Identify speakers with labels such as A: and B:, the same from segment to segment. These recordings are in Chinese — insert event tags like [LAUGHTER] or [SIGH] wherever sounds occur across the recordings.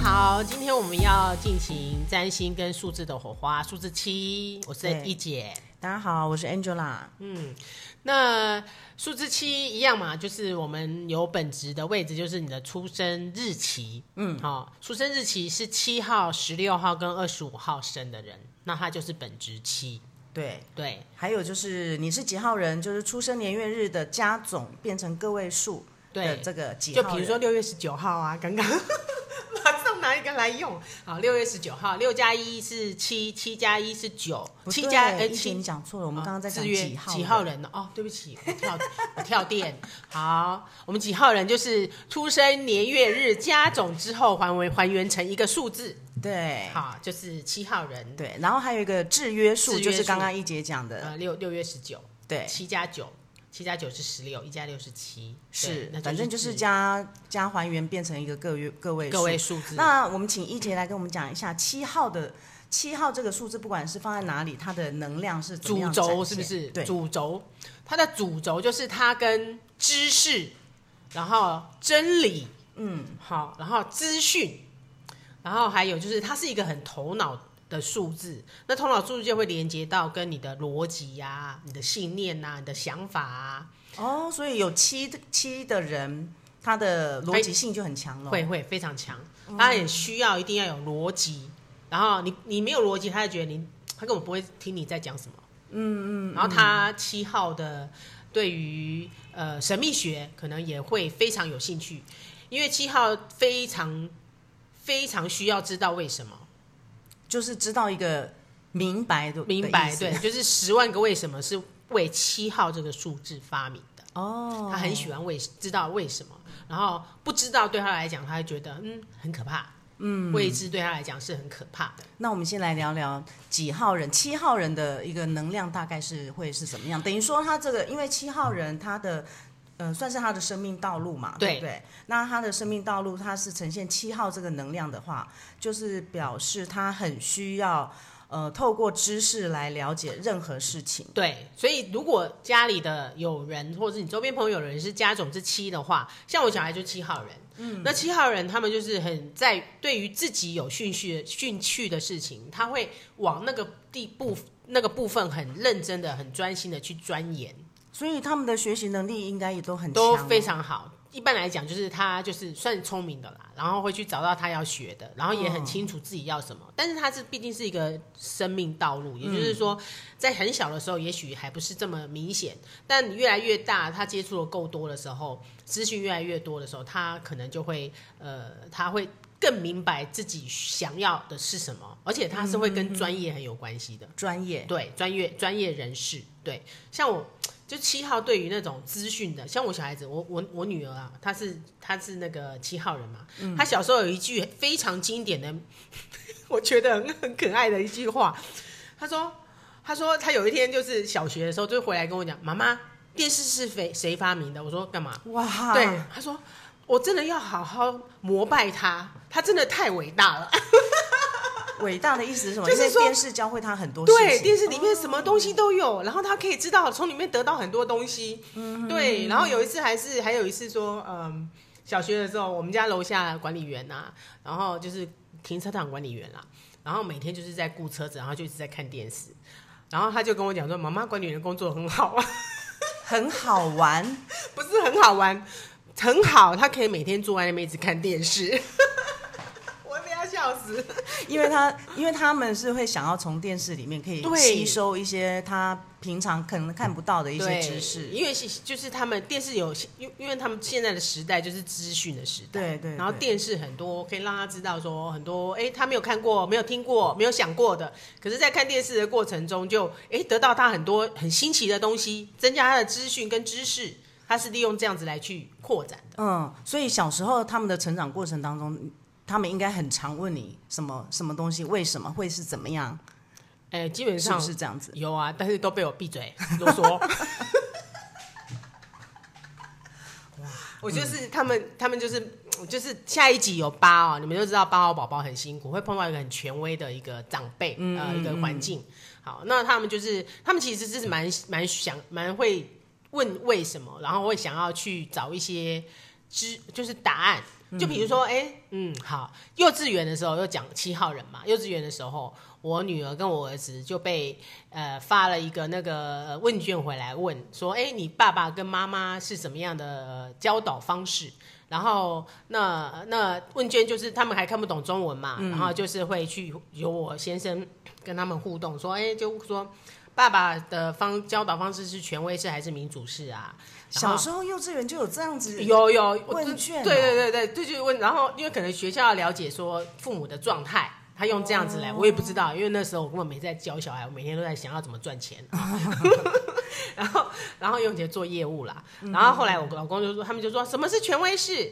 A: 好，今天我们要进行占星跟数字的火花，数字七，我是
B: 对
A: 一姐。
B: 大家好，我是 Angela。
A: 嗯，那数字七一样嘛，就是我们有本职的位置，就是你的出生日期。嗯，好、出生日期是七号、十六号跟二十五号生的人，那他就是本职七。
B: 对，
A: 对，
B: 还有就是你是几号人，就是出生年月日的加总变成个位数的
A: 对，
B: 这个几号
A: 就
B: 人
A: 比如说六月十九号啊，刚 [LAUGHS] 刚马上拿一个来用。好，六月十九号，六加一是七，七加一是九，
B: 不
A: 七
B: 对
A: 加呃
B: 一姐
A: 七
B: 你讲错了，我
A: 我
B: 们刚刚在讲
A: 几
B: 几
A: 啊
B: 号
A: 几
B: 人
A: 号人呢？哦，对不起，我跳我跳电。好，我们几号人就是出生年月日加总之后还为还原成一个数字，
B: 对
A: 好，就是七号人。
B: 对，然后还有一个制约数，
A: 制约
B: 就是刚
A: 数
B: 刚一姐讲的，
A: 呃，六六月十九，
B: 对，
A: 七加九，七加九是十六，一加六是七，对
B: 是
A: 那，
B: 反正就是加加还原变成一个个月个位
A: 各位
B: 数。
A: 数字。
B: 那我们请一姐来跟我们讲一下七号的七号这个数字，不管是放在哪里，它的能量是怎么
A: 主
B: 样
A: 轴
B: 展
A: 是不
B: 现
A: 是？
B: 对，
A: 主轴，它的主轴就是它跟知识，然后真理，嗯，好，然后资讯，然后还有就是它是一个很头脑的数字，那头脑数字就会连接到跟你的逻辑呀、你的信念呐、你的想法啊，
B: 哦，所以有七七的人，他的逻辑性就很强了。
A: 会会非常强，它也需要一定要有逻辑，然后你你没有逻辑，他就觉得你他根本不会听你在讲什么。嗯嗯，然后他七号的对于呃神秘学可能也会非常有兴趣，因为七号非常非常需要知道为什么，
B: 就是知道一个明白的
A: 明白
B: 的意
A: 对，
B: 思
A: 就是十万个为什么是为七号这个数字发明的。
B: 哦，
A: 他很喜欢为知道为什么，然后不知道对他来讲，他会觉得嗯很可怕，嗯，未知对他来讲是很可怕的。
B: 那我们先来聊聊几号人，七号人的一个能量大概是会是怎么样？等于说他这个，因为七号人他的。呃，算是他的生命道路嘛，
A: 对
B: 对不对？那他的生命道路，他是呈现七号这个能量的话，就是表示他很需要呃，透过知识来了解任何事情。
A: 对，所以如果家里的有人，或者是你周边朋友有人是家种之七的话，像我小孩就七号人，嗯，那七号人他们就是很在对于自己有兴趣兴趣的事情，他会往那个地部那个部分很认真的、很专心的去钻研，
B: 所以他们的学习能力应该也都很强哦、
A: 都非常好。一般来讲，就是他就是算聪明的啦，然后会去找到他要学的，然后也
B: 嗯
A: 很清楚自己要什么。但是他是毕竟是一个生命道路，也
B: 嗯
A: 就是说，在很小的时候，也许还不是这么明显，但你越来越大，他接触的够多的时候，资讯越来越多的时候，他可能就会呃，他会更明白自己想要的是什么，而且他是
B: 嗯
A: 会跟专业很有关系的。
B: 专业。
A: 对，专业专业人士，对，像我就七号对于那种资讯的，像我小孩子，我我我女儿啊，她是她是那个七号人嘛，她小时候有一句非常经典的， [LAUGHS] 我觉得很很可爱的一句话，她说她说她有一天就是小学的时候就回来跟我讲，妈妈电视是谁谁发明的？我说干嘛？
B: 哇，
A: 对，他说我真的要好好膜拜他，他真的太伟大了。
B: 伟大的意思是什么？
A: 就是
B: 因为
A: 说
B: 电视教会他很多事情。
A: 对，电视里面什么东西都有，然后他可以知道从里面得到很多东西。
B: 嗯
A: 对，然后有一次还是还有一次说，嗯，小学的时候，我们家楼下管理员呐、然后就是停车场管理员啦、然后每天就是在雇车子，然后就一直在看电视。然后他就跟我讲说：“妈妈，管理员工作很好 [LAUGHS] 啊，
B: 很好玩，
A: 不是很好玩，很好，他可以每天坐在那边一直看电视。” [LAUGHS] 我被他笑死。
B: 因为他因为他们是会想要从电视里面可以
A: 对
B: 吸收一些他平常可能看不到的一
A: 对
B: 些知识。
A: 因为是就是他们电视有，因因为他们现在的时代就是资讯的时代，
B: 对对
A: 然后
B: 对
A: 电视很多可以让他知道说很多，哎，他没有看过、没有听过、没有想过的，可是，在看电视的过程中就，哎得到他很多很新奇的东西，增加他的资讯跟知识，他是利用这样子来去扩展的。
B: 嗯，所以小时候他们的成长过程当中，他们应该很常问你什么什么东西，为什么会是怎么样，
A: 哎，基本
B: 是
A: 上
B: 不是这样子？
A: 有啊，但是都被我闭
B: [LAUGHS]
A: 嘴啰嗦。我就是他们，他们就是就是下一集有八哦，你们就知道八号宝宝很辛苦，会碰到一个很权威的一个长辈，
B: 嗯
A: 呃，一个环境。好，那他们就是他们其实是蛮蛮想蛮会问为什么，然后会想要去找一些知就是答案。就比如说，哎、嗯，好，幼稚园的时候又讲七号人嘛，幼稚园的时候，我女儿跟我儿子就被呃发了一个那个呃问卷回来问说，哎、你爸爸跟妈妈是什么样的、呃教导方式？然后那那问卷就是他们还看不懂中文嘛，
B: 嗯
A: 然后就是会去由我先生跟他们互动，说，哎、就说。爸爸的方教导方式是权威式还是民主式啊？然
B: 小
A: 后
B: 时候幼稚园就有这样子，
A: 有有我
B: 问
A: 就
B: 卷
A: 对
B: 哦
A: 对对对，对就是问，然后因为可能学校要了解说父母的状态。他用这样子来，我也不知
B: 哦
A: 道，因为那时候我根本没在教小孩，我每天都在想要怎么赚钱
B: [LAUGHS]
A: 啊。然后，然后用钱做业务啦。
B: 嗯
A: 然后后来我老公就说，他们就说什么是权威式，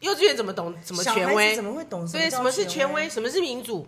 A: 幼稚园怎么懂什么
B: 小孩
A: 权
B: 子
A: 威？
B: 怎么会懂什么
A: 对，
B: 叫
A: 什么是权
B: 威？
A: 威，什么是民主？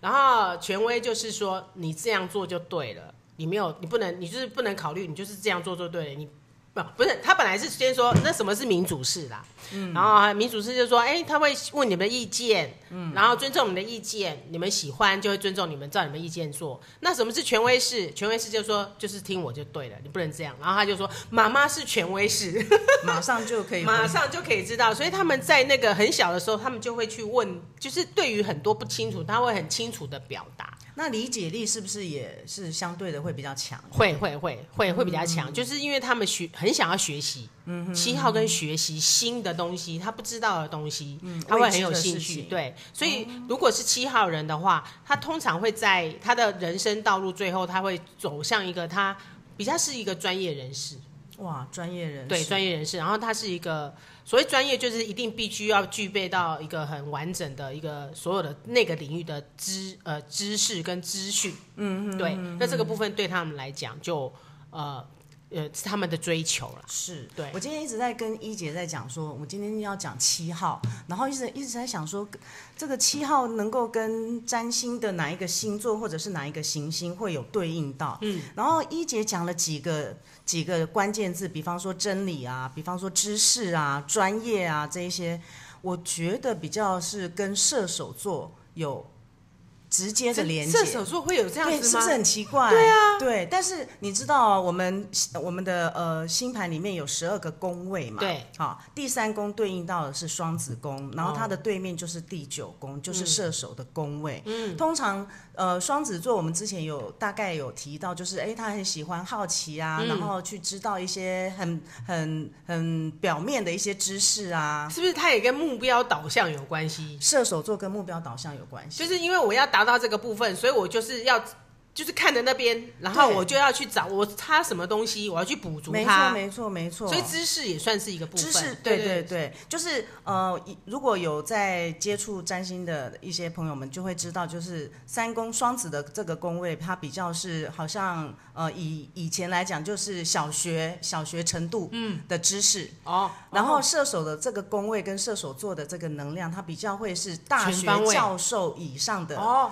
A: 然后权威就是说你这样做就对了，你没有，你不能，你就是不能考虑，你就是这样做就对了，你。不不是，他本来是先说那什么是民主式啦，
B: 嗯
A: 然后民主式就说，哎、他会问你们的意见，
B: 嗯
A: 然后尊重你们的意见，你们喜欢就会尊重你们，照你们意见做。那什么是权威式？权威式就说就是听我就对了，你不能这样。然后他就说妈妈是权威式，
B: 马上就可以回
A: 马上就可以知道。所以他们在那个很小的时候，他们就会去问，就是对于很多不清楚，他会很清楚的表达。
B: 那理解力是不是也是相对的会比嗯较强？
A: 会会会会会比较强，就是因为他们学很想要学习，
B: 嗯
A: 七号跟学习新的东西，他不知道的东西，他会很有兴
B: 嗯未知的事
A: 趣。
B: 情哦
A: 对，所以如果是七号人的话，他通常会在他的人生道路最后，他会走向一个他比较是一个专业人士。
B: 哇，专业人士
A: 对专业人士，然后他是一个所谓专业，就是一定必须要具备到一个很完整的一个所有的那个领域的知呃知识跟资讯，嗯嗯，对，那这个部分对他们来讲就呃呃是他们的追求了，
B: 是
A: 对
B: 我今天一直在跟一姐在讲说，我今天要讲七号，然后一直一直在想说，这个七号能够跟占星的哪一个星座或者是哪一个行星会有对应到。嗯，然后一姐讲了几个几个关键字，比方说真理啊，比方说知识啊、专业啊这一些，我觉得比较是跟射手座有直接的连接。
A: 射手座会有这样
B: 对，
A: 子
B: 是不
A: 吗？
B: 是很奇怪？对啊，对。但是你知道啊，我们我们的呃星盘里面有十二个宫位嘛？
A: 对，
B: 好，第三宫对应到的是双子宫，然后它
A: 哦
B: 的对面就是第九宫，就是射手的宫位。嗯，通常呃双子座我们之前有大概有提到，就是哎他很喜欢好奇啊，
A: 嗯
B: 然后去知道一些很很很表面的一些知识啊。
A: 是不是他也跟目标导向有关系？
B: 射手座跟目标导向有关系，
A: 就是因为我要达到这个部分，所以我就是要。就是看着那边，然后
B: 对
A: 我就要去找我差什么东西，我要去补足
B: 没错
A: 它。
B: 没错没错。
A: 所以知识也算是一个部分。
B: 知识，
A: 对
B: 对对对，就是呃，一如果有在接触占星的一些朋友们，就会知道，就是三宫双子的这个宫位，它比较是好像呃，以以前来讲，就是小学小学程度嗯的知识。
A: 哦，
B: 然后射手的这个宫位跟射手座的这个能量，它比较会是大
A: 全
B: 学
A: 方位
B: 教授以上的
A: 哦，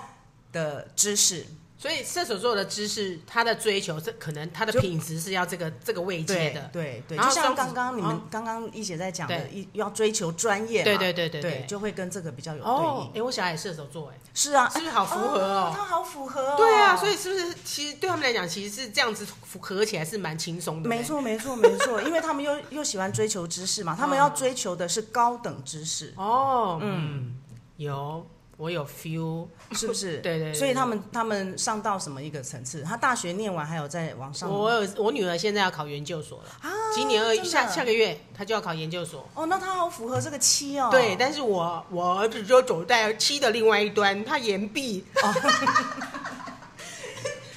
B: 的知识，
A: 所以射手座的知识，他的追求，这可能他的
B: 就
A: 品质是要这个这个位阶
B: 对
A: 的。
B: 对对，
A: 然
B: 就
A: 后
B: 像
A: 双
B: 刚
A: 子
B: 刚你们
A: 哦
B: 刚刚一姐在讲的，
A: 对
B: 一要追求专业嘛，
A: 对对对对
B: 对，
A: 对。
B: 就会跟这个比较有对
A: 哦，
B: 应
A: 哎、。我小孩也射手座，哎，
B: 是啊，
A: 是不是好符合
B: 哦
A: 哦？
B: 它好符合哦。
A: 对啊，所以是不是其实对他们来讲，其实是这样子符合起来是蛮轻松的。
B: 没错，没错，没错，因为他们又又喜欢追求知识嘛，他们要
A: 嗯
B: 追求的是高等知识
A: [LAUGHS] 对。，哦，嗯，有我有 feel，
B: 是不是？
A: 对对对
B: 所以他们他们上到什么一个层次？他大学念完还有在往上。啊
A: 我有我女儿现在要考研究所了，今年二
B: 真的
A: 下下个月她就要考研究所。
B: 哦，那他好符合这个七哦。
A: 对，，但是我我儿子就走在七的另外一端，他岩壁。
B: 哦
A: [LAUGHS]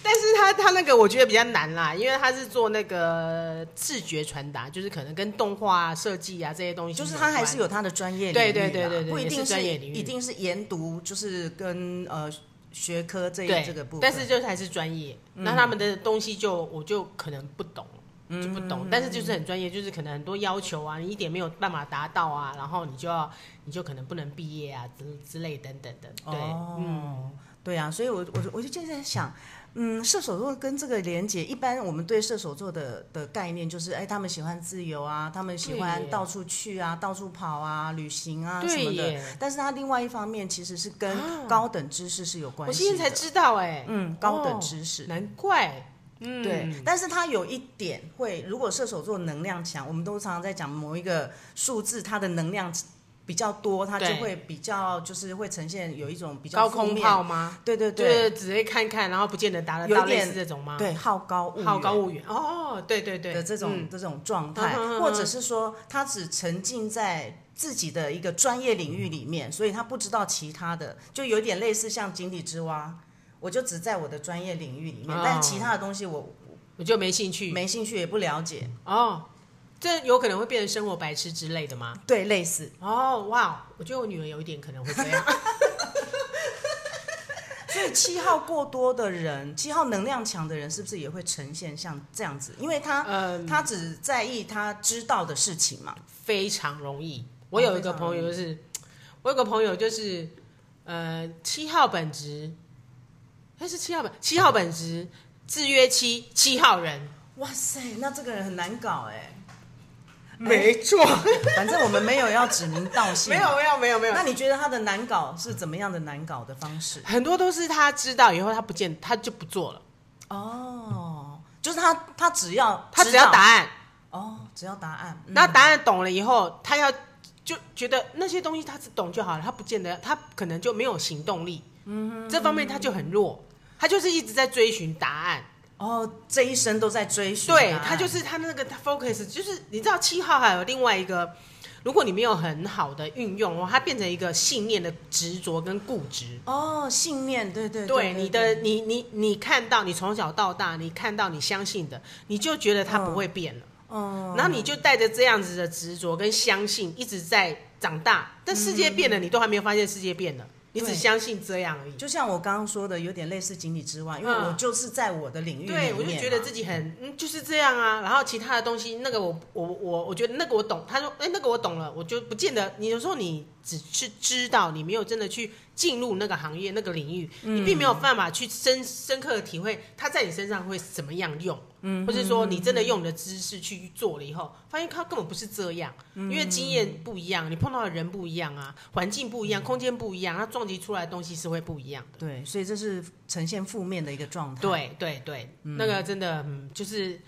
A: 但是他他那个我觉得比较难啦，因为他是做那个视觉传达，就是可能跟动画啊设计啊这些东西有
B: 就
A: 关，
B: 是他还是有他的专业领域
A: 对
B: 啦
A: 对对对对
B: 不一
A: 也是
B: 定
A: 专业领域
B: 一定是研读，就是跟呃学科这一
A: 对
B: 这个部分。嗯
A: 但是就是还是专业。那他们的东西就我就可能不懂。就不
B: 嗯
A: 懂，但是就是很专业，就是可能很多要求啊，你一点没有办法达到啊，然后你就要，你就可能不能毕业啊，之之类等等的，对，
B: 哦
A: 嗯，
B: 对啊，所以我我就我就现在想，嗯，射手座跟这个连接，一般我们对射手座的的概念就是，哎，他们喜欢自由啊，他们喜
A: 对
B: 欢
A: 耶
B: 到处去啊，到处跑啊，旅行啊什
A: 对
B: 么的
A: 耶。啊
B: 但是它另外一方面其实是跟高等知识是有关
A: 我
B: 系的。
A: 现在才知道哎、
B: 嗯，高等
A: 哦
B: 知识。
A: 难怪，嗯，
B: 对，但是它有一点会，如果射手座能量强，我们都常常在讲某一个数字，它的能量比较多，它就
A: 对
B: 会比较就是会呈现有一种比较
A: 高
B: 负
A: 空
B: 面
A: 炮，吗？
B: 对对
A: 就
B: 对
A: 是只会看看，然后不见得达得
B: 有
A: 到类
B: 点
A: 似这种吗？
B: 对，好高骛
A: 啊好
B: 远
A: 高骛远哦，对对对
B: 的这种、
A: 嗯
B: 这种状态，
A: 嗯哼嗯哼
B: 或者是说他只沉浸在自己的一个专业领域里面，所以他不知道其他的，就有点类似像井底之蛙，我就只在我的专业领域里面，
A: 哦
B: 但其他的东西我
A: 我就没兴趣
B: 没兴趣也不了解，
A: 哦，这有可能会变成生活白痴之类的吗？
B: 对，类似，
A: 哦，哇，我觉得我女儿有一点可能会这
B: [LAUGHS]
A: 样，
B: 所以七号过多的人，七号能量强的人，是不是也会呈现像这样子？因为他。
A: 嗯，
B: 他只在意他知道的事情嘛，
A: 非常容易。我有一个朋友就是，我有个朋友就是，呃，七号本质，他是七号本七号本质制约七七号人，
B: 哇塞，那这个人很难搞哎、
A: 没错，
B: 反正我们没有要指名道姓，
A: 没有没有没有没有
B: 那，你觉得他的难搞是怎么样的难搞的方式？
A: 很多都是他知道以后他不见他就不做了，
B: 哦，就是他他只要
A: 他只要答
B: 案
A: 案，
B: 哦，只要答案，嗯
A: 那答案懂了以后，他要就觉得那些东西他是懂就好了，他不见得他可能就没有行动力，嗯，这方面他就很弱，他就是一直在追寻答案，
B: 哦这一生都在追寻答案，
A: 对他就是他那个 focus，就是你知道七号还有另外一个，如果你没有很好的运用的话，它变成一个信念的执着跟固执。
B: 哦信念，对对
A: 对你的，你你你看到你从小到大，你看到你相信的，你就觉得它不会变了，
B: 嗯，
A: 然后你就带着这样子的执着跟相信，一直在长大。但世界变了，你都还没有发现世界变了，你只
B: 嗯对
A: 相信这样而已。
B: 就像我刚刚说的，有点类似井底之蛙，因为
A: 嗯
B: 我就是在我的领域里面啊
A: 对，
B: 嘛，
A: 我就觉得自己很嗯就是这样啊。然后其他的东西，那个我我我我觉得那个我懂。他说，哎、那个我懂了，我就不见得。你有时候你只是知道，你没有真的去进入那个行业那个领域，
B: 嗯
A: 你并没有办法去深深刻的体会它在你身上会怎么样用，嗯，或是说你真的用你的知识去做了以后，发现它根本不是这样，
B: 嗯
A: 因为经验不一样，你碰到的人不一样啊，环境不一样，空间不一样，它撞击出来的东西是会不一样的。
B: 对，所以这是呈现负面的一个状态，，
A: 对对对，那个真的，嗯，就是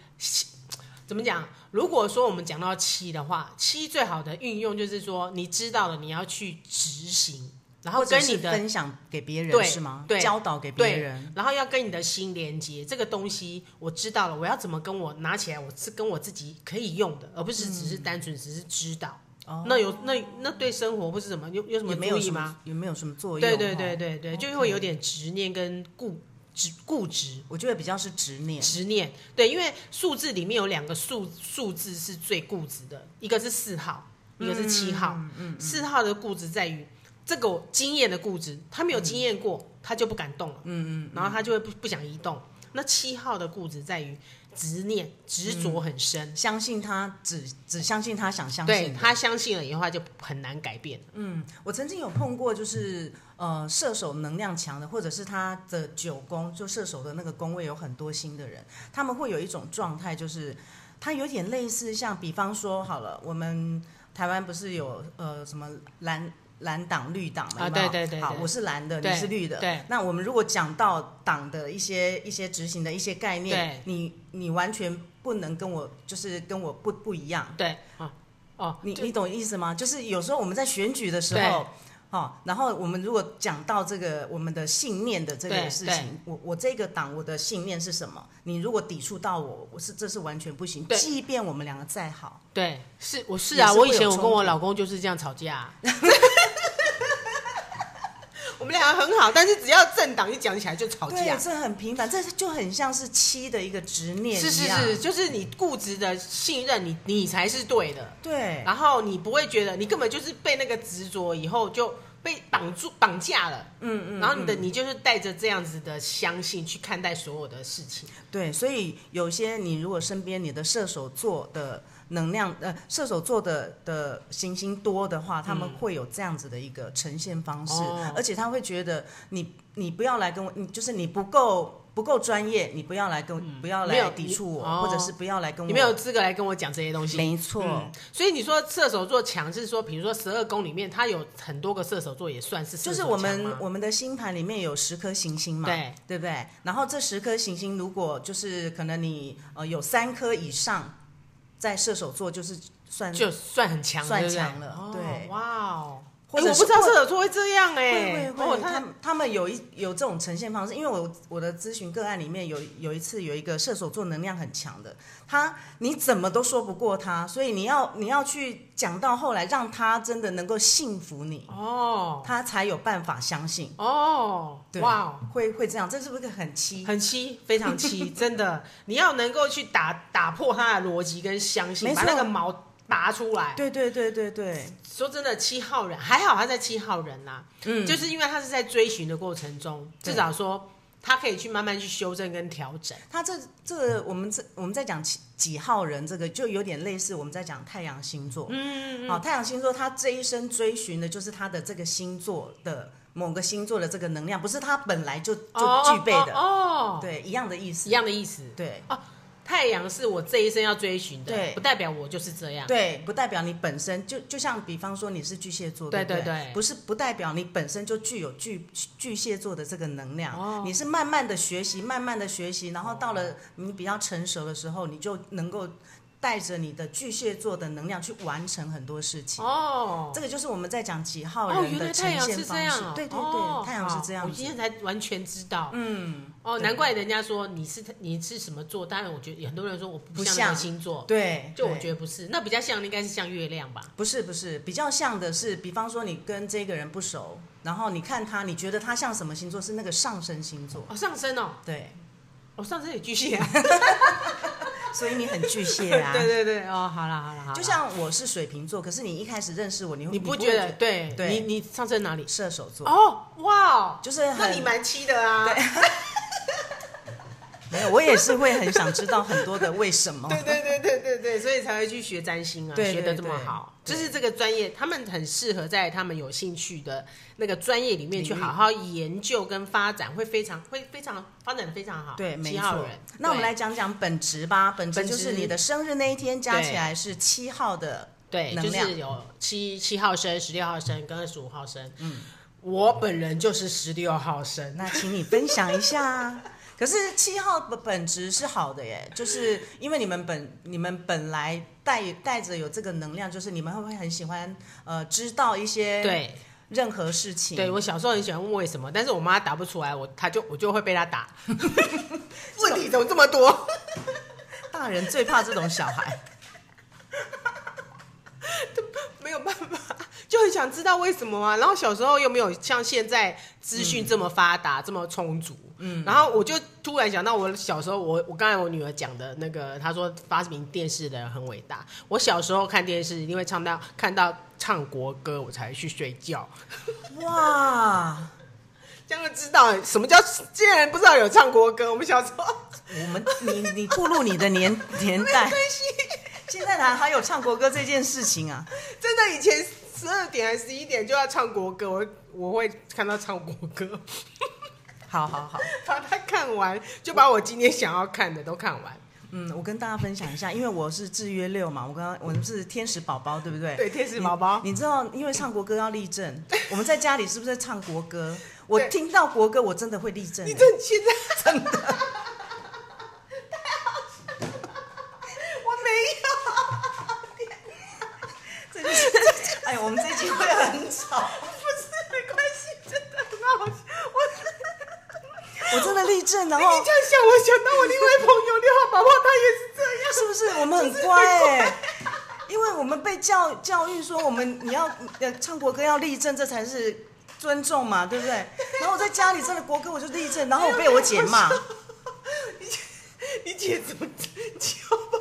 A: 怎么讲？如果说我们讲到七的话，七最好的运用就是说，你知道了，你要去执行，然后
B: 或者
A: 跟
B: 是
A: 你的。
B: 分享给别人
A: 对
B: 是吗？
A: 对
B: 教导给别
A: 对
B: 人，，
A: 然后要跟你的心连接，这个东西我知道了，我要怎么跟我拿起来，我是跟我自己可以用的，而不是只是单纯只是知道。
B: 哦
A: 那有那那对生活或是什么有有什么
B: 也没
A: 注
B: 有
A: 意
B: 什
A: 吗？
B: 么也没有什么作用，
A: 对对对
B: 哦，
A: 对对，就会有点执念跟固执固执。
B: 我觉得比较是执念，
A: 执念，对，因为数字里面有两个数数字是最固执的，一个是四号，一个是七号。四、号的固执在于这个我经验的固执，他没有经验过，他就不敢动了。嗯嗯，然后他就会不不想移动。那七号的固执在于执念，执着很深。
B: 相信他，只只相信他想相
A: 对
B: 信的。
A: 他相信了以后，他就很难改变。
B: 我曾经有碰过，就是呃，射手能量强的，或者是他的九宫，就射手的那个宫位有很多星的人，他们会有一种状态，就是他有点类似像，比方说好了，我们台湾不是有呃什么蓝。蓝党、绿党嘛，
A: 啊
B: 有没有
A: 对对对
B: 好，
A: 对
B: 我是蓝的，
A: 对
B: 你是绿的。
A: 对，
B: 那我们如果讲到党的一些一些执行的一些概念
A: 对，
B: 你你完全不能跟我就是跟我不不一样，
A: 对，哦哦，
B: 你你懂意思吗？就是有时候我们在选举的时候，哦，然后我们如果讲到这个我们的信念的这
A: 对
B: 个事情，我我这个党我的信念是什么？你如果抵触到我，我是这是完全不行。
A: 对
B: 即便我们两个再好，
A: 对，是我是
B: 也
A: 啊，
B: 是
A: 我
B: 会
A: 以
B: 有
A: 前我
B: 冲
A: 跟我
B: 突
A: 老公就是这样吵架、啊 [LAUGHS] 我们俩很好，但是只要政党一讲起来就吵
B: 对
A: 架，。
B: 这很平凡，这就很像是七的一个执念一
A: 是是
B: 样。
A: 是，就是你固执的信任你，你才是对的。
B: 对，
A: 然后你不会觉得你根本就是被那个执着以后就被绑住绑架了，嗯嗯。然后你的你就是带着这样子的相信去看待所有的事情，
B: 对，所以有些你如果身边你的射手座的能量，呃，射手座的的行星多的话，他们会有这样子的一个呈现方式，
A: 嗯哦
B: 而且他会觉得你你不要来跟我，你就是你不够不够专业，你不要来跟、不要
A: 嗯没有
B: 来抵触我，
A: 你哦
B: 或者是不要来跟我，
A: 你没有资格来跟我讲这些东西。
B: 没错，
A: 嗯，所以你说射手座强是说，比如说十二宫里面，它有很多个射手座也算是射
B: 就
A: 手
B: 是我
A: 强吗
B: 们我们的星盘里面有十颗行星嘛，
A: 对
B: 对不对？然后这十颗行星，如果就是可能你呃有三颗以上在射手座，就是算
A: 就算很强，
B: 算
A: 对不对
B: 强了对
A: 哦哇哦，
B: 或
A: 哎
B: 者
A: 我不知
B: 是
A: 道
B: 会
A: 射手座会这样哎
B: 会，会
A: 哦
B: 会，他
A: 他
B: 们他们有一有这种呈现方式，因为我我的咨询个案里面有有一次有一个射手座能量很强的，他你怎么都说不过他，所以你要你要去讲到后来，让他真的能够信服你，
A: 哦
B: 他才有办法相信。
A: 哦，
B: 对
A: 哇哦。
B: 会会这样，这是不是很奇？
A: 很七，非常
B: [LAUGHS]
A: 七，真的，你要能够去打打破他的逻辑跟相信，
B: 没
A: 把
B: 错
A: 那个毛拔出来。
B: 对对对对对，
A: 说真的，七号人还好，他在七号人啦、
B: 嗯，
A: 就是因为他是在追寻的过程中，
B: 对
A: 至少说他可以去慢慢去修正跟调整。
B: 他这这个我们这我们在讲几几号人，这个就有点类似我们在讲太阳星座。嗯，好，太阳星座他这一生追寻的就是他的这个星座的某个星座的这个能量，不是他本来就就具备的，
A: 哦，哦哦
B: 对，一样的意思
A: 一。样的意思。
B: 对
A: 太阳是我这一生要追寻的，
B: 对
A: 不代表我就是这样。
B: 对，不代表你本身就就像比方说你是巨蟹座，
A: 对
B: 不对
A: 对对
B: 不是不代表你本身就具有巨巨蟹座的这个能量，
A: 哦
B: 你是慢慢的学习，慢慢的学习，然后到了你比较成熟的时候，你就能够带着你的巨蟹座的能量去完成很多事情。
A: 哦，
B: 这个就是我们在讲几号
A: 哦，
B: 人
A: 原
B: 的
A: 来
B: 呈
A: 太阳
B: 现
A: 是这
B: 方式，
A: 样、哦，
B: 对对对，
A: 哦
B: 太阳是
A: 好
B: 这样
A: 我
B: 子
A: 今。天才完全知道。
B: 嗯，
A: 哦，
B: 对
A: 难怪人家说你是你是什么座，当然我觉得很多人说我不像那
B: 不像
A: 个星座，
B: 对，
A: 就我
B: 对
A: 觉得不是，那比较像的应该是像月亮吧？
B: 不是不是，比较像的是，比方说你跟这个人不熟，然后你看他，你觉得他像什么星座？是那个上升星座，
A: 哦，上升哦，
B: 对，
A: 哦，上升也巨蟹
B: [LAUGHS]
A: 啊，
B: 所以你很巨蟹啊。
A: [LAUGHS] 对对对，哦，好啦好啦好啦，
B: 就像我是水瓶座，可是你一开始认识我，你会
A: 你
B: 不
A: 不
B: 会
A: 觉得对，
B: 对
A: 你你上升哪里？
B: 射手座？
A: 哦，哇哦，
B: 就是
A: 那
B: 很
A: 你蛮七的啊，
B: 没有，我也是会很想知道很多的为什么。
A: [LAUGHS] 对对对对对对，所以才会去学占星啊，
B: 对对
A: 学的这么好，
B: 对
A: 就是这个专业，他们很适合在他们有兴趣的那个专业里面去好好研究跟发展，会非常会非常发展得非常好。
B: 对，没
A: 七号
B: 错
A: 人。。
B: 那我们
A: 对
B: 来讲讲本职吧，本职
A: 本
B: 就是
A: 职
B: 你的生日那一天加起来是七号的，
A: 对，
B: 能
A: 就
B: 量
A: 是有七七号生、十六号生跟二十五号生。嗯，我本人就是十六号生。
B: 那请你分享一下。可是七号的本质是好的耶，就是因为你们本你们本来带带着有这个能量，就是你们会不会很喜欢呃知道一些
A: 对，
B: 任何事情？
A: 对我小时候很喜欢问为什么，但是我妈答不出来，我她就我就会被她
B: [LAUGHS]
A: 打。问题怎么这么多？
B: 大人最怕这种小孩。
A: 没有办法， [LAUGHS] 就很想知道为什么啊。然后小时候又没有像现在资讯这么发达、这么充足，嗯。然后我就突然想到，我小时候，我我刚才我女儿讲的那个，她说发明电视的人很伟大。我小时候看电视，因为唱到看到唱国歌，我才去睡觉，
B: 哇，
A: 这样就知道什么叫竟然不知道有唱国歌。我们小时候，
B: 我们你你步入你的年年代，现在哪还有唱国歌这件事情啊？
A: 真的以前十二点还十一点就要唱国歌，我我会看到唱国歌，
B: 好好好。
A: [LAUGHS] 把它看完，就把我今天想要看的都看完。
B: 嗯，我跟大家分享一下，因为我是制约六嘛，我刚刚我们是天使宝宝，对不对？
A: 对天使宝宝
B: 你，你知道，因为唱国歌要立正，我们在家里是不是在唱国歌？我
A: 对
B: 听到国歌，我真的会立正欸。
A: 你这现在 [LAUGHS] 真的，我没
B: 这就是， [LAUGHS] 哎呦，我们这一集会很 [LAUGHS] 吵。
A: 有，不是没关系，真的很好笑。我
B: 我真的立正，然
A: 你
B: 后
A: 这样想，我想到我另外朋友六号宝宝，他也是这样。
B: 是不是我们很乖哎、因为我们被教教育说，我们你要呃唱国歌要立正，这才是尊重嘛，对不对？然后我在家里真的国歌我就立正，然后我被 [LAUGHS] 我姐骂。
A: 你姐怎么教吧？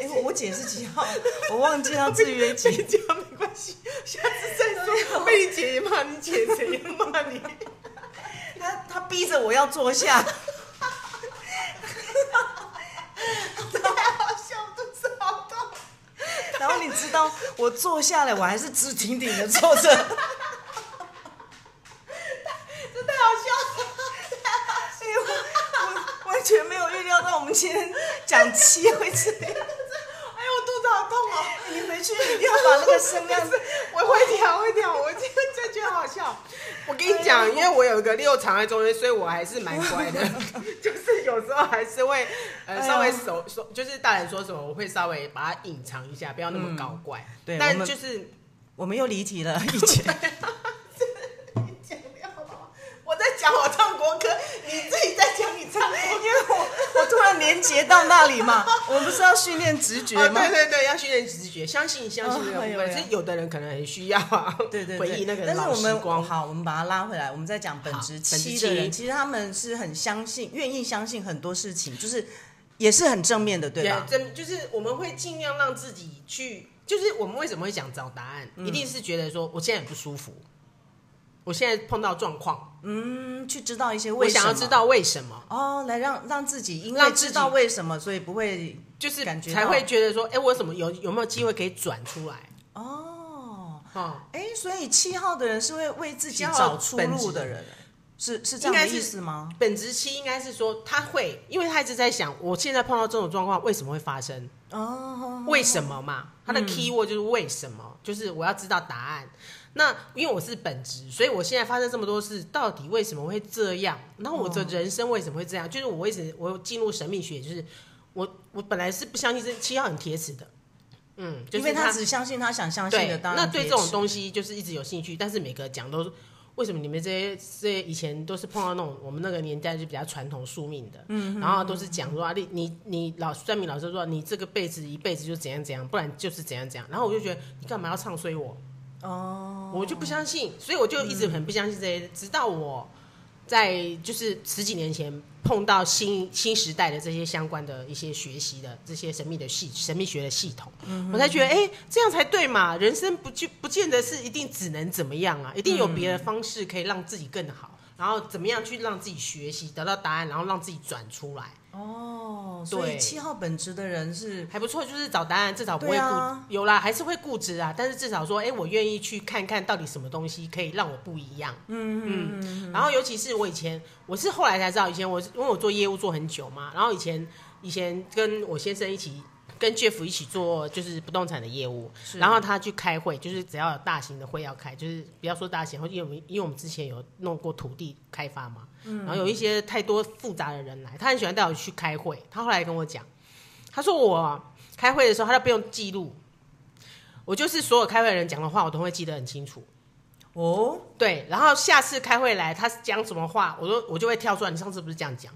B: 哎、我我姐是几号？我忘记要制
A: 被
B: 约几。
A: 教没关系，下次再说。被你姐也骂你姐，谁也骂你？ [LAUGHS]
B: 她她逼着我要坐下，
A: 太好笑，我肚子好痛。
B: [LAUGHS] 然后你知道我坐下来，我还是直挺挺的坐着。
A: [LAUGHS] 这太好笑了。
B: [LAUGHS] 哎呦我我完全没有预料到我们今天讲七会这样。
A: 哎呦，我肚子好痛哦！ [LAUGHS]
B: 你回去一定要把那个声量
A: 我会调，会调，我这这觉得好笑。我跟你讲，因为我有一个六常在中间，所以我还是蛮乖的， [LAUGHS] 就是有时候还是会呃
B: 哎哎呦
A: 稍微手手，就是大人说什么，我会稍微把它隐藏一下，不要那么搞怪。
B: 嗯对我
A: 但
B: 们
A: 就是
B: 我们又离题了，以前
A: 我在讲我唱国歌，你自己在讲你
B: [LAUGHS]
A: 唱国歌。
B: 我突然连接到那里嘛，我们不是要训练直觉
A: 哦，
B: 吗？
A: 对对对，要训练直觉，相信相信这个部
B: 哦哎呦哎
A: 分。
B: 呦
A: 是有的人可能很需要啊，
B: [LAUGHS] 对对对，
A: 回忆那个
B: 但是
A: 老
B: 我
A: 时
B: 们
A: 光。
B: 好，我们把它拉回来，我们再讲本
A: 好
B: 职
A: 本职
B: 期的人，
A: 期
B: 其实他们是很相信、愿意相信很多事情，就是也是很正面的，对吧？
A: 真就是我们会尽量让自己去，就是我们为什么会想找答案，
B: 嗯
A: 一定是觉得说我现在很不舒服，我现在碰到状况，
B: 嗯，去知道一些
A: 我
B: 为什么，
A: 想要知道为什么，
B: 哦，来让让自己因为
A: 让自己
B: 知道为什么，所以不会
A: 就是
B: 感觉到
A: 才会觉得说，哎、我怎么有有没有机会可以转出来？
B: 哦，
A: 哦，
B: 哎，所以七号的人是会为自己
A: 七号
B: 找出
A: 本质
B: 路的人，是是这样
A: 应该
B: 的
A: 是
B: 意思吗？
A: 本职期应该是说他会，因为他一直在想，我现在碰到这种状况为什么会发生？
B: 哦，
A: 为什么嘛？它
B: 嗯
A: 的 key word 就是为什么，就是我要知道答案。那因为我是本职，所以我现在发生这么多事，到底为什么会这样？然后我的人生为什么会这样？就是我一直我进入神秘学，就是我我本来是不相信这七号很铁齿的，嗯，就
B: 因
A: 是
B: 为他只相信他想相信的，
A: 对，
B: 当然
A: 那对这种
B: 西，
A: 东西就是一直有兴趣，但是每个讲都是为什么你们这些这些以前都是碰到那种我们那个年代就比较传统宿命的，嗯，然后都是讲说啊，你你你老算命老师说啊你这个辈子一辈子就怎样怎样，不然就是怎样怎样，然后我就觉得你干嘛要唱衰我？哦，我就不相信，所以我就一直很不相信这些，直到我。在就是十几年前碰到新新时代的这些相关的一些学习的这些神秘的系神秘学的系统，我才觉得哎、诶这样才对嘛！人生不就不见得是一定只能怎么样啊，一定有别的方式可以让自己更好，然后怎么样去让自己学习得到答案，然后让自己转出来，
B: 哦，所以
A: 对
B: 七号本质的人是
A: 还不错。就是找答案，至少不会
B: 对
A: 固、
B: 啊
A: 有啦，还是会固执啊，但是至少说哎、诶我愿意去看看到底什么东西可以让我不一样。
B: 嗯
A: 嗯然后尤其是我以前，我是后来才知道，以前我是因为我做业务做很久嘛，然后以前以前跟我先生一起跟 Jeff 一起做就是不动产的业务，
B: 是
A: 然后他去开会，就是只要有大型的会要开，就是不要说大型，因为我们因为我们之前有弄过土地开发嘛，
B: 嗯
A: 然后有一些太多复杂的人来，他很喜欢带我去开会，他后来跟我讲，他说我啊开会的时候他都不用记录。我就是所有开会的人讲的话，我都会记得很清楚。
B: 哦，
A: 对，然后下次开会来，他讲什么话，我都我就会跳出来。你上次不是这样讲？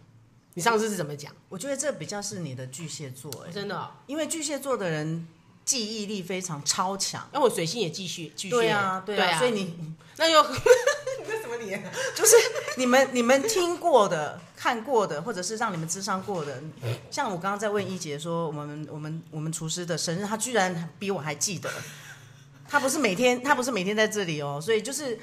A: 你上次是怎么讲？
B: 我觉得这比较是你的巨蟹座，哎，
A: 真的哦、
B: 因为巨蟹座的人记忆力非常超强。
A: 那我水星也继续继续。欸
B: 对啊，对啊，所以你
A: 那又你这什么脸、
B: 就是你们你们听过的、看过的，或者是让你们智商过的，像我刚刚在问一姐说，我们我们我们厨师的生日，他居然比我还记得。他不是每天，他不是每天在这里哦，所以就是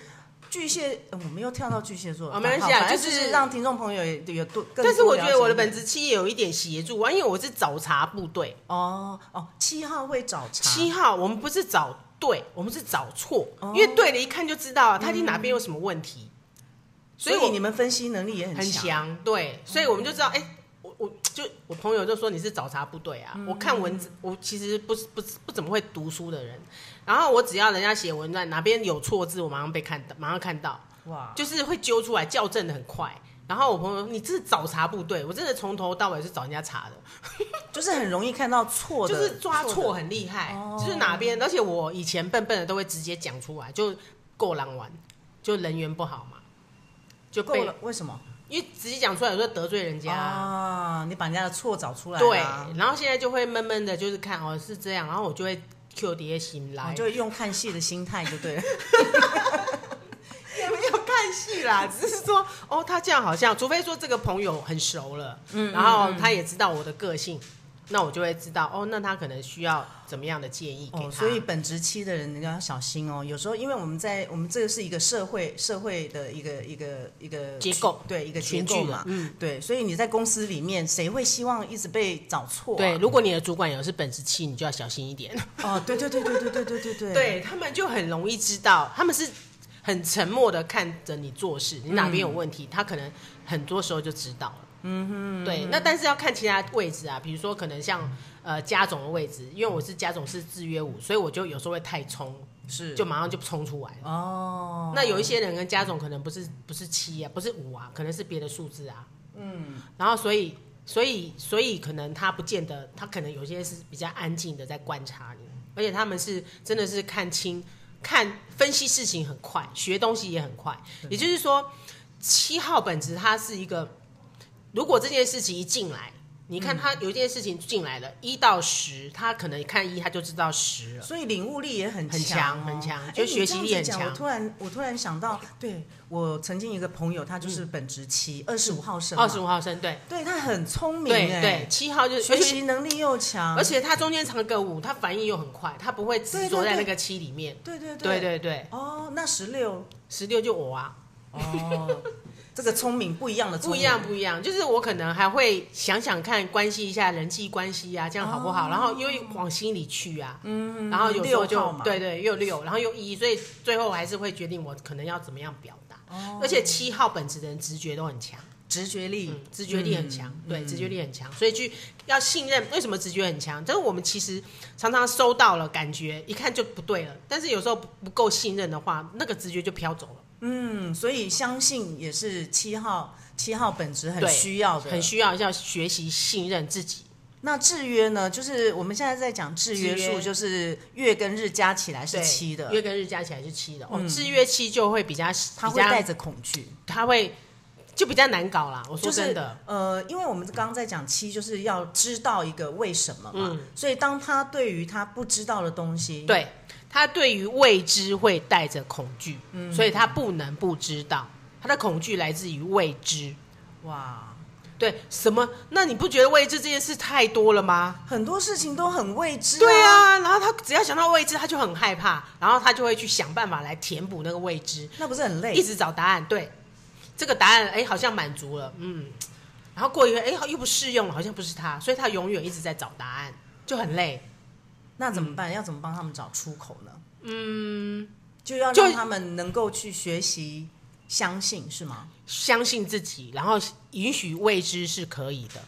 B: 巨蟹，呃我们又跳到巨蟹座了，
A: 哦没关系啊
B: 好反正
A: 就
B: 就是是让听众朋友也有多。更
A: 但是
B: 多
A: 我觉
B: 了
A: 得
B: 解
A: 我的
B: 你
A: 本职期也有一点协助啊，因为我是找茬部队。
B: 哦哦，七号会找茬，
A: 七号，我们不是找对，我们是找错，
B: 哦
A: 因为对了一看就知道啊他一
B: 嗯
A: 定哪边有什么问题。
B: 所
A: 所以我
B: 以你们分析能力也
A: 很
B: 强。嗯
A: 强，对，所以我们就知道，哎、我我就我朋友就说你是找茬部队
B: 嗯
A: 啊，我看文字，我其实不是不是不怎么会读书的人，然后我只要人家写文案哪边有错字，我马上被看到，马上看到，
B: 哇，
A: 就是会揪出来校正的很快。然后我朋友说你这是找茬部队，我真的从头到尾是找人家茬的。
B: 就是很容易看到错的，
A: 就是抓错
B: 的。
A: 很厉害
B: 哦，
A: 就是哪边，而且我以前笨笨的都会直接讲出来，就够狼玩，就人缘不好嘛，就
B: 够
A: 被
B: 了，为什么
A: 因为直接讲出来有时候得罪人家啊，
B: 啊？你把人家的错找出来
A: 对啊
B: 啦，
A: 然后现在就会闷闷的，就是看哦是这样，然后我就会 Q 底下心来，
B: 哦就用看戏的心态就
A: [LAUGHS]
B: 对了。
A: 也没有看戏 [LAUGHS] 啦，只是说哦他这样好像，除非说这个朋友很熟了，然后他也知道我的个性，那我就会知道哦，那他可能需要怎么样的建议给他，
B: 哦，所以本职期的人你要小心哦。有时候因为我们在我们这个是一个社会社会的一个一个一个
A: 结构
B: 对一个结
A: 群
B: 构
A: 聚
B: 嘛
A: 嘛，，嗯。
B: 对，所以你在公司里面谁会希望一直被找错、啊？
A: 对，，如果你的主管有是本职期，你就要小心一点。
B: 哦，对对对对对对对对对，
A: 对他们就很容易知道，他们是很沉默的看着你做事，你哪边有问题，他可能很多时候就知道了。嗯哼，对。那但是要看其他位置啊，比如说可能像呃家总的位置，因为我是家总是制约舞，所以我就有时候会太冲，
B: 是
A: 就马上就冲出来了。
B: 哦，
A: 那有一些人跟家总可能不是不是七啊，不是五啊，可能是别的数字啊。嗯，然后所以所以所以可能他不见得，他可能有些是比较安静的在观察你，而且他们是真的是看清、看分析事情很快，学东西也很快。也就是说，七号本质它是一个，如果这件事情一进来。你
B: 嗯
A: 看他有一件事情进来了，一、到十，他可能看一他就知道十了。
B: 所以领悟力也很
A: 很
B: 强
A: 强
B: 哦，
A: 很强
B: 哎
A: 就学习
B: 你这
A: 力
B: 样
A: 很
B: 子讲
A: 强
B: 我突然我突然想到，对我曾经一个朋友，他就是本职七，二十五号生
A: 嗯
B: 嘛，
A: 二十五号生，对
B: 对他很聪明，
A: 对
B: 哎
A: 对，，七号就是
B: 学习能力又强，
A: 而且他中间唱歌舞，他反应又很快，他不会执着在那个七里面。
B: 对
A: 对
B: 对对，
A: 对对，
B: 哦，那十六
A: 十六就我啊，
B: 哦， [LAUGHS] 这个聪明不一样的，
A: 不一样，不一样，就是我可能还会想想看，关系一下人际关系啊，这样好不
B: 哦
A: 好？然后因为往心里去啊，嗯，然后有时候
B: 六号
A: 就
B: 嘛
A: 对对又六，然后又一，所以最后还是会决定我可能要怎么样表达。
B: 哦
A: 而且七号本质的人直觉都很强，
B: 直觉力嗯
A: 嗯，直觉力很强，对，直觉力很强，所以去要信任。为什么直觉很强？就是我们其实常常收到了感觉，一看就不对了，但是有时候不不够信任的话，那个直觉就飘走了，
B: 嗯，所以相信也是七号，七号本质很
A: 对啊
B: 需要的，
A: 很需要要学习信任自己。
B: 那制约呢？就是我们现在在讲制约
A: 制
B: 数，
A: 约
B: 就是月跟日加起来是
A: 对
B: 七的，
A: 月跟日加起来是七的，哦，制约七就会比较，
B: 它
A: 比
B: 会带
A: 较，
B: 着恐惧，
A: 它会就比较难搞啦。我说
B: 就是
A: 真的，
B: 呃，因为我们刚刚在讲七，就是要知道一个为什么嘛，
A: 嗯
B: 所以当他对于他不知道的东西，，
A: 对他对于未知会带着恐惧，所以他不能不知道，他的恐惧来自于未知。
B: 哇，
A: 对，什么？那你不觉得未知这件事太多了吗？
B: 很多事情都很未知、
A: 对
B: 啊，
A: 啊，然后他只要想到未知，他就很害怕，然后他就会去想办法来填补那个未知，
B: 那不是很累？
A: 一直找答案。对，这个答案哎好像满足了，嗯，然后过一个哎又不适用了，好像不是他，所以他永远一直在找答案，就很累。
B: 那怎么办？要怎么帮他们找出口呢？
A: 嗯，
B: 就要
A: 就
B: 让他们能够去学习相信，是吗？
A: 相信自己，然后允许未知是可以的，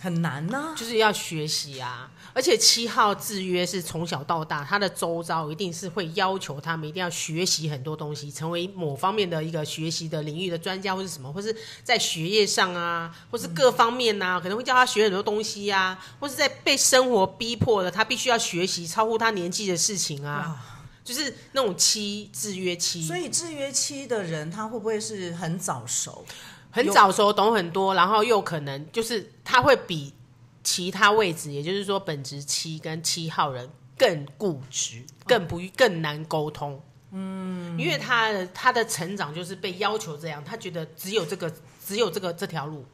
B: 很难呢、
A: 就是要学习啊。而且七号制约是从小到大，他的周遭一定是会要求他们一定要学习很多东西，成为某方面的一个学习的领域的专家，或是什么，或是在学业上啊，或是各方面啊，可能会叫他学很多东西啊，或是在被生活逼迫的，他必须要学习超乎他年纪的事情啊，
B: 哇
A: 就是那种七制约七，
B: 所以制约期的人，他会不会是很早熟？
A: 很早熟，懂很多，然后又可能就是他会比其他位置，也就是说本职七跟七号人更固执，
B: 哦
A: 更不更难沟通。嗯，因为他的他的成长就是被要求这样，他觉得只有这个只有这个这条路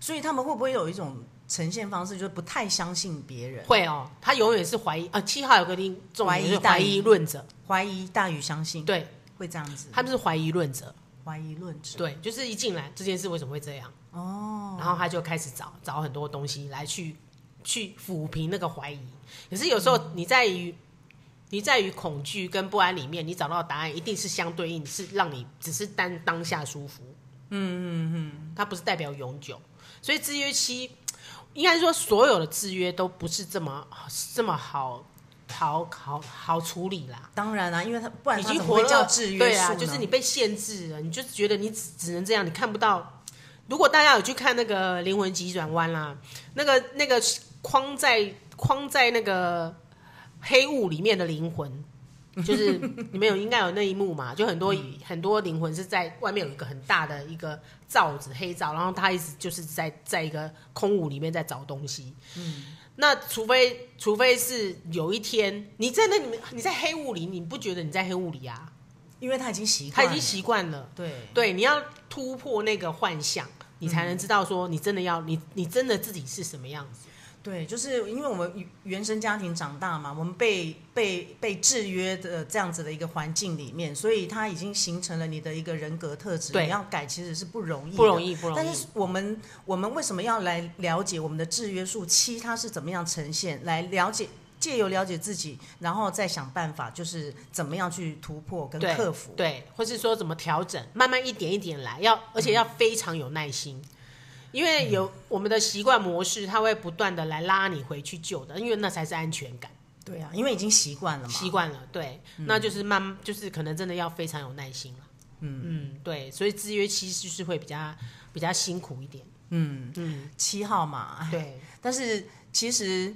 B: 所以他们会不会有一种呈现方式，就是不太相信别人，
A: 会哦，他永远是怀疑啊。七号有个定重
B: 怀
A: 点
B: 疑
A: 就是
B: 大
A: 怀
B: 于
A: 疑论者，
B: 怀疑大于相信，
A: 对
B: 会这样子，
A: 他们是怀疑论者，
B: 怀疑论证。
A: 对，就是一进来这件事为什么会这样哦，然后他就开始找找很多东西来去去抚平那个怀疑。可是有时候你在于、你在于恐惧跟不安里面，你找到的答案一定是相对应，是让你只是单当下舒服。嗯嗯嗯，它不是代表永久，所以制约期应该说所有的制约都不是这么这么好好好好处理啦。
B: 当然啦、啊因为他不然
A: 已
B: 他
A: 经
B: 怎么
A: 活
B: 会
A: 了
B: 叫制约
A: 对
B: 数
A: 啊，
B: 呢
A: 就是你被限制了，你就觉得你只只能这样，你看不到。如果大家有去看那个《灵魂急转弯》啦，那个那个框在框在那个黑雾里面的灵魂，就是 [LAUGHS] 你们有应该有那一幕嘛？就很多、很多灵魂是在外面有一个很大的一个罩子黑罩，然后他一直就是在在一个空无里面在找东西。那除非除非是有一天你在那里面，你在黑雾里，你不觉得你在黑雾里啊？
B: 因为他已经习
A: 他
B: 惯
A: 已
B: 了，
A: 经习惯了。
B: 对，
A: 对，你要突破那个幻象，你才能知道说你真的要你你真的自己是什么样子。
B: 对，就是因为我们原生家庭长大嘛，我们被被被制约的这样子的一个环境里面，所以它已经形成了你的一个人格特质。
A: 对
B: 你要改其实是不容易，
A: 不容。易，不容易。
B: 但是我们我们为什么要来了解我们的制约数七它是怎么样呈现？来了解借由了解自己，然后再想办法，就是怎么样去突破跟
A: 对
B: 克服。
A: 对，或是说怎么调整，慢慢一点一点来，要而且要非常有耐心，因为有我们的习惯模式，它会不断的来拉你回去旧的，因为那才是安全感。
B: 对对啊，因为已经习惯了嘛。
A: 习惯了，对，那就是慢，就是可能真的要非常有耐心了。嗯嗯，对，所以制约期就是会比较比较辛苦一点。
B: 嗯嗯，七号嘛，
A: 对，
B: 但是其实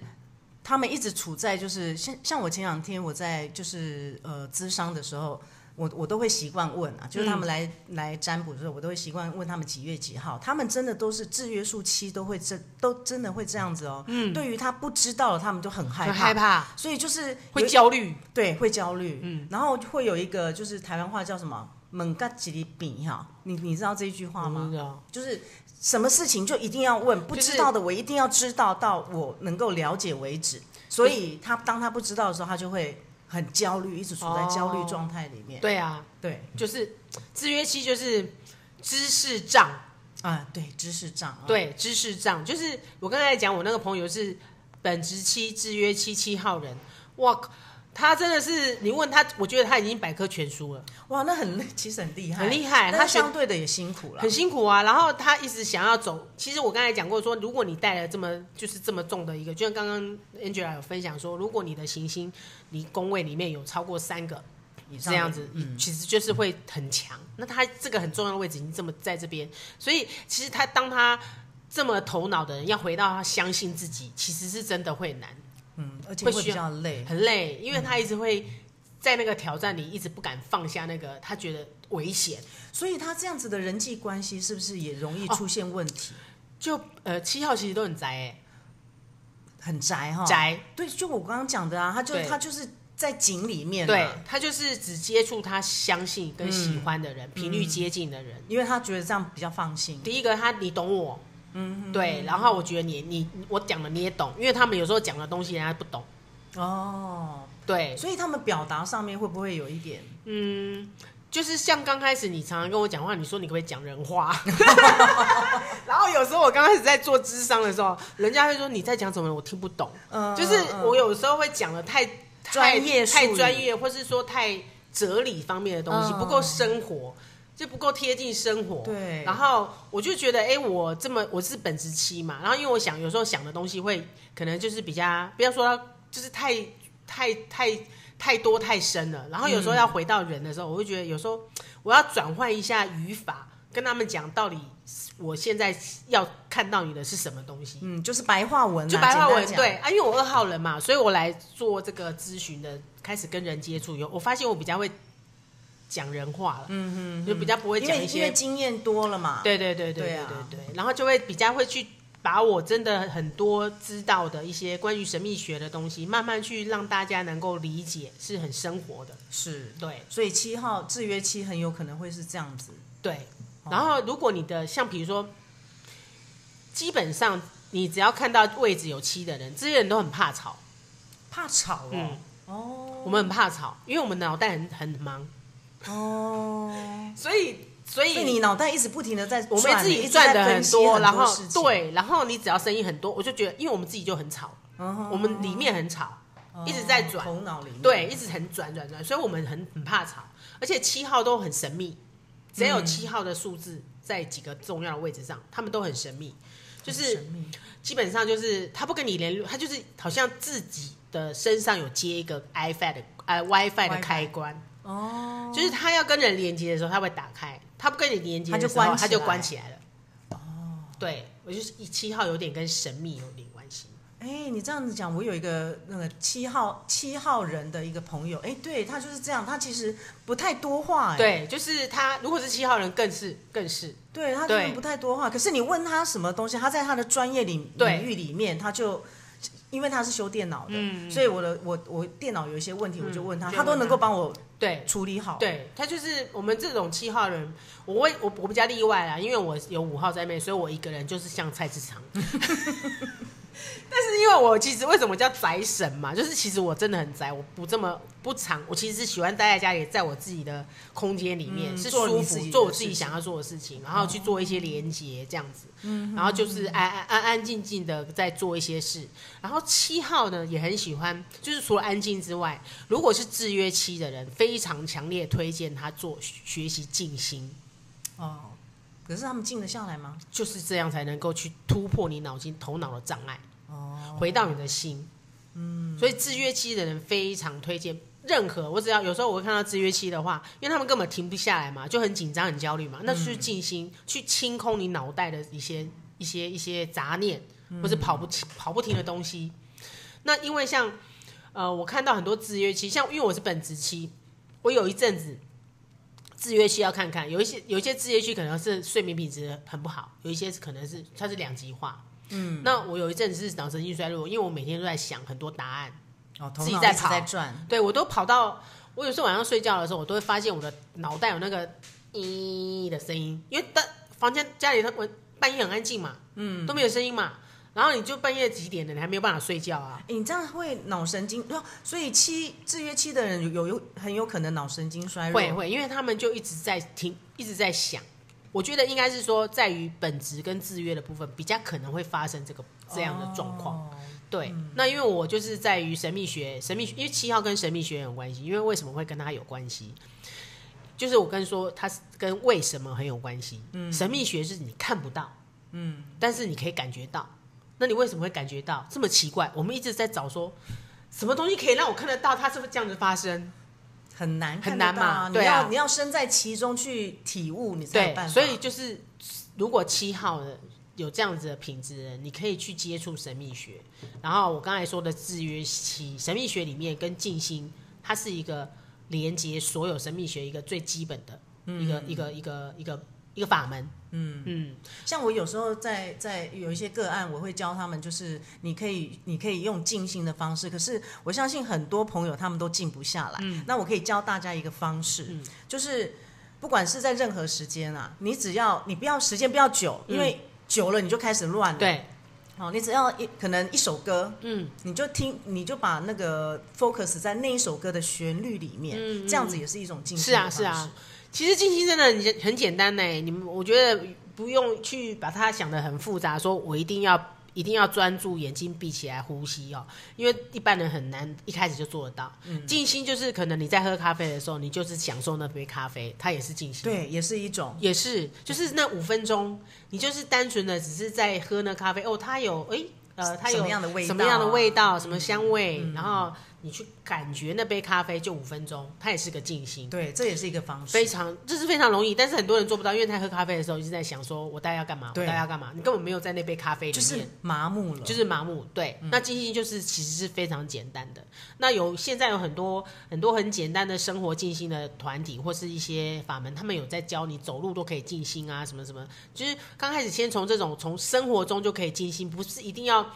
B: 他们一直处在就是像像我前两天我在就是呃咨商的时候，我我都会习惯问
A: 嗯
B: 啊，就是他们来、来占卜的时候，我都会习惯问他们几月几号，他们真的都是制约数七都会这都真的会这样子哦。嗯，对于他不知道的，他们就很害
A: 很
B: 怕，
A: 害怕，
B: 所以就是
A: 会焦虑。
B: 对会焦虑，嗯，然后会有一个就是台湾话叫什么“猛嘎吉里比”哈，你你知道这一句话
A: 我
B: 吗？
A: 不知道
B: 就是什么事情就一定要问，不知道的我一定要知道到我能够了解为止。所以他当他不知道的时候，他就会很焦虑，一直处在焦虑状态里面。
A: 对啊，
B: 对，
A: 就是制约期就是知识障。
B: 啊，对，知识障啊，
A: 对，知识障就是我刚才讲，我那个朋友是本职期制约期七号人，哇，他真的是你问他，我觉得他已经百科全书了，
B: 哇，那很其实很厉害，
A: 很厉害
B: 但
A: 他
B: 是
A: 学
B: 相对的也辛苦了
A: 很。辛苦啊。然后他一直想要走，其实我刚才讲过说，如果你带了这么就是这么重的一个，就像刚刚 Angela 有分享说，如果你的行星你宫位里面有超过三个，
B: 以上
A: 这
B: 的
A: 样子，嗯其实就是会很强。那他这个很重要的位置已经这么在这边，所以其实他当他这么头脑的人，要回到他相信自己，其实是真的会难，
B: 嗯，而且
A: 会
B: 会
A: 需
B: 比
A: 要
B: 较累。
A: 很累，因为他一直会在那个挑战里一直不敢放下那个他觉得危险。
B: 所以他这样子的人际关系是不是也容易
A: 哦
B: 出现问题？
A: 就呃七号其实都很宅哎、
B: 很宅哈，。
A: 宅，
B: 对，就我刚刚讲的啊，他就
A: 对
B: 他就是在井里面、啊，
A: 对，他就是只接触他相信跟喜欢的人，频率接近的人。
B: 因为他觉得这样比较放心。
A: 第一个他你懂我，嗯，对，然后我觉得你你我讲的你也懂，因为他们有时候讲的东西人家不懂，
B: 哦，
A: 对，
B: 所以他们表达上面会不会有一点？
A: 嗯，就是像刚开始你常常跟我讲话，你说你可不可以讲人
B: [LAUGHS]
A: 话，然后有时候我刚开始在做智商的时候，人家会说你在讲什么，我听不懂，
B: 嗯
A: 就是我有时候会讲的太太
B: 专业术语
A: 太专业，或是说太哲理方面的东西，
B: 嗯
A: 不够生活。就不够贴近生活，
B: 对
A: 然后我就觉得，哎、我这么我是本职期嘛，然后因为我想有时候想的东西会可能就是比较，不要说到就是太太太太多太深了，然后有时
B: 嗯
A: 候要回到人的时候，我会觉得有时候我要转换一下语法，跟他们讲到底我现在要看到你的是什么东西，
B: 嗯，就是白话文、啊，
A: 就白话文
B: 简单讲
A: 对，啊，因为我二号人嘛，所以我来做这个咨询的，开始跟人接触以后，我发现我比较会讲人话了，嗯嗯，就比较不会
B: 因
A: 讲
B: 为
A: 一
B: 因为
A: 些，
B: 经验多了嘛。，
A: 对对对对
B: 对
A: 对
B: 啊
A: 对对，然后就会比较会去把我真的很多知道的一些关于神秘学的东西，慢慢去让大家能够理解，是很生活的，
B: 是。
A: 对
B: 所以七号制约期很有可能会是这样子。
A: 对。
B: 哦
A: 然后如果你的像比如说，基本上你只要看到位置有七的人，这些人都很怕吵，
B: 怕吵
A: 嗯
B: 哦。。哦
A: 我们很怕吵，因为我们脑袋很很忙，
B: 哦，
A: 所以嗯所以
B: 所以你脑袋一直不停的在
A: 我们
B: 转
A: 自
B: 一
A: 己
B: 直
A: 赚
B: 在
A: 的
B: 分
A: 很
B: 析
A: 多，
B: 很
A: 然后
B: 事情，
A: 对，然后你只要声音很多，我就觉得，因为我们自己就很吵，
B: 嗯哼
A: 我们里面很吵，
B: 哦
A: 一直在转
B: 头脑里面。
A: 对，一直很转转转，所以我们很很怕吵，而且七号都很神秘，只
B: 嗯
A: 要有七号的数字在几个重要的位置上，他们都很神秘，就
B: 很
A: 是
B: 神秘
A: 基本上就是他不跟你联络，他就是好像自己的身上有接一个 iFi 的呃 WiFi 的
B: WiFi
A: 开关。
B: 哦，
A: 就是他要跟人连接的时候，他会打开；他不跟你连接的时候，
B: 他就关起来
A: 他就关起来了。哦，对，我就是一七号有点跟神秘有点关系。
B: 哎、你这样子讲，我有一个那个七号七号人的一个朋友，哎、对他就是这样，他其实不太多话、哎，
A: 对，就是他如果是七号人，更是更是
B: 对他
A: 对
B: 真的不太多话。可是你问他什么东西，他在他的专业领
A: 对
B: 领域里面，他就因为他是修电脑的，
A: 嗯
B: 所以我的我我电脑有一些问题，我就问他，
A: 就
B: 他都
A: 问
B: 能
A: 他
B: 够帮我
A: 对。
B: 处理好。，
A: 嗯对他就是我们这种七号人，我会我我比较例外啦，因为我有五号在内，所以我一个人就是像菜市场。但是因为我其实为什么叫宅神嘛，就是其实我真的很宅，我不这么不常，我其实是喜欢待在家里，在我自己的空间里面、
B: 嗯
A: 是
B: 做你
A: 舒
B: 自己
A: 服，
B: 的
A: 做我自己
B: 事情
A: 想要做的事情，然后去做一些连接这样子，
B: 嗯
A: 然后就是安安安安静静的在做一些事。然后七号呢也很喜欢，就是除了安静之外，如果是制约期的人，非常强烈推荐他做学习静心，
B: 哦，可是他们静得下来吗？
A: 就是这样才能够去突破你脑筋头脑的障碍，
B: 哦，
A: 回到你的心。嗯，所以制约期的人非常推荐。任何我只要有时候我会看到制约期的话，因为他们根本停不下来嘛，就很紧张、很焦虑嘛，那就去静心，去清空你脑袋的一些一些一些杂念，或是跑不停跑不停的东西。那因为像呃，我看到很多制约期，像因为我是本职期，我有一阵子制约期要看看，有一些有一些制约期可能是睡眠品质很不好，有一些是可能是它是两极化。嗯，那我有一阵子是脑神经衰弱，因为我每天都在想很多答案，
B: 哦，头
A: 自己
B: 脑
A: 在
B: 一直
A: 跑
B: 在转，
A: 对我都跑到我有时候晚上睡觉的时候，我都会发现我的脑袋有那个咦的声音，因为大房间家里它我半夜很安静嘛，嗯，都没有声音嘛，然后你就半夜几点了，你还没有办法睡觉啊。
B: 诶你这样会脑神经，哦所以七制约期的人有有有很有可能脑神经衰弱，
A: 会会，因为他们就一直在听，一直在想。我觉得应该是说，在于本质跟制约的部分，比较可能会发生这个这样的状况。
B: 哦
A: 对，那因为我就是在于神秘学，神秘学因为七号跟神秘学有关系，因为为什么会跟它有关系？就是我跟说，它是跟为什么很有关系。嗯，神秘学是你看不到，嗯，但是你可以感觉到。那你为什么会感觉到这么奇怪？我们一直在找说，什么东西可以让我看得到它是不是这样子发生？
B: 很难
A: 很
B: 看得
A: 难
B: 到
A: 嘛
B: 啊你
A: 对啊
B: 要你要身在其中去体悟，你才有
A: 对
B: 办，法。
A: 所以就是如果七号的有这样子的品质的人，你可以去接触神秘学。然后我刚才说的制约期，神秘学里面跟静心，它是一个连接所有神秘学一个最基本的
B: 嗯
A: 一个、一个一个一个一个法门。嗯嗯，
B: 像我有时候在在有一些个案，我会教他们，就是你可以你可以用静心的方式，可是我相信很多朋友他们都静不下来。
A: 嗯
B: 那我可以教大家一个方式，就是不管是在任何时间啊，你只要你不要时间不要久，因为久了你就开始乱了。，
A: 嗯对，
B: 好，你只要一可能一首歌，
A: 嗯，
B: 你就听，你就把那个 focus 在那一首歌的旋律里面，这样子也是一种静心
A: 是
B: 的
A: 啊
B: 方式。
A: 嗯是啊。其实静心真的很简很简单呢，你们我觉得不用去把它想的很复杂，说我一定要。一定要专注，眼睛闭起来呼吸哦，因为一般人很难一开始就做得到。
B: 嗯
A: 静、心就是可能你在喝咖啡的时候，你就是享受那杯咖啡，它也是静心。
B: 对，也是一种。
A: 也是，就是那五分钟，你就是单纯的只是在喝那咖啡哦，它有诶，呃，它有
B: 什么样的味道啊嗯
A: 什么样的味道，什么香味，然后你去感觉那杯咖啡就五分钟，它也是个静心。
B: 对，这也是一个方式。
A: 非常，这是非常容易，但是很多人做不到，因为他喝咖啡的时候一直在想说，我大概要干嘛，我
B: 对
A: 大概要干嘛，你根本没有在那杯咖啡里面，
B: 就是嗯麻木了，
A: 就是麻木。对，那静心就是其实是非常简单的。那有现在有很多很多很简单的生活静心的团体或是一些法门，他们有在教你走路都可以静心啊，什么什么，就是刚开始先从这种从生活中就可以静心，不是一定要